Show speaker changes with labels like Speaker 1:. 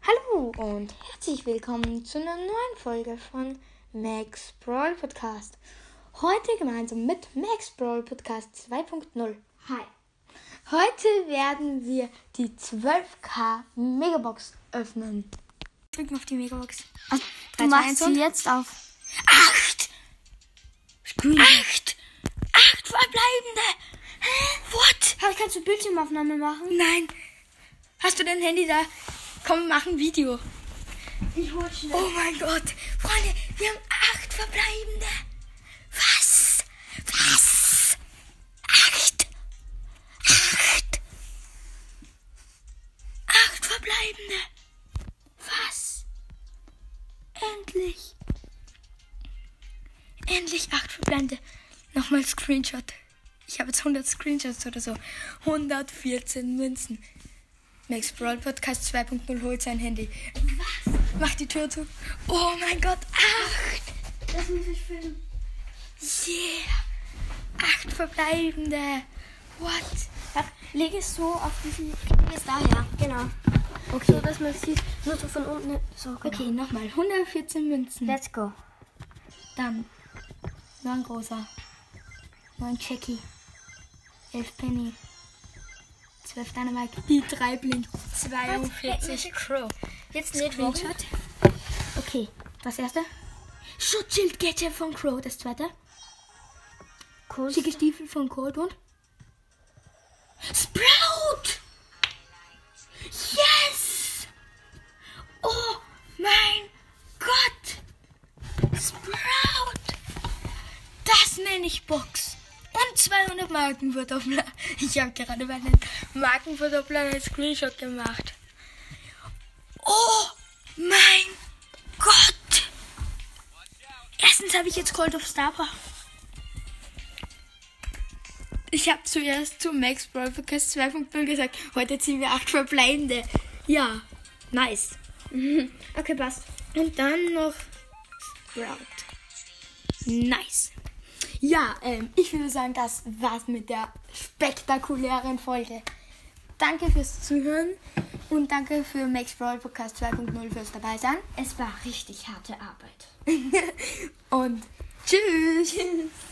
Speaker 1: Hallo und herzlich willkommen zu einer neuen Folge von Max Brawl Podcast. Heute gemeinsam mit Max Brawl Podcast 2.0. Hi. Heute werden wir die 12K Megabox öffnen. Ah,
Speaker 2: Drücken auf die Megabox.
Speaker 1: Du machst sie jetzt auf.
Speaker 2: Acht!
Speaker 1: Grün.
Speaker 2: Acht! Acht verbleibende! What?
Speaker 1: Aber kannst du Bildschirmaufnahme machen?
Speaker 2: Nein. Hast du dein Handy da? Komm, mach ein Video.
Speaker 1: Ich hol schnell.
Speaker 2: Oh mein Gott. Freunde, wir haben acht verbleibende. Was? Was? Acht. Acht. Acht verbleibende. Was? Endlich. Endlich acht verbleibende. Nochmal Screenshot. Ich habe jetzt 100 Screenshots oder so. 114 Münzen. Max Brawl Podcast 2.0 holt sein Handy. Was? Mach die Tür zu. Oh mein Gott, acht!
Speaker 1: Das muss ich filmen.
Speaker 2: Yeah! Acht verbleibende! What?
Speaker 1: Ja, leg es so auf diesen. Leg es daher. Genau.
Speaker 2: Okay.
Speaker 1: So, dass man es sieht. Nur so von unten. So, genau.
Speaker 2: Okay, nochmal. 114 Münzen.
Speaker 1: Let's go.
Speaker 2: Dann. Neun großer. Neun Jackie. Elf Penny. Zwölf Dynamite. Die drei blinkt. 42 Crow.
Speaker 1: Jetzt
Speaker 2: Screenshot. Okay, das erste. Schutzschild Gadget von Crow. Das zweite.
Speaker 1: Cool.
Speaker 2: Schicke Stiefel von Colt und. Sprout! Yes! Oh mein Gott! Sprout! Das nenne ich Box. Und 200 Markenverdoppler. Ich habe gerade meinen Markenverdoppler einen Screenshot gemacht. Oh mein Gott! Erstens habe ich jetzt Cold of Star Power. Ich habe zuerst zu Max Brawl Podcast 2.0 gesagt, heute ziehen wir acht verbleibende. Ja, nice.
Speaker 1: Okay, passt.
Speaker 2: Und dann noch Sprout. Nice. Ja, ähm, ich würde sagen, das war's mit der spektakulären Folge. Danke fürs Zuhören und danke für Max Brawl Podcast 2.0 fürs dabei sein.
Speaker 1: Es war richtig harte Arbeit.
Speaker 2: Und tschüss. tschüss.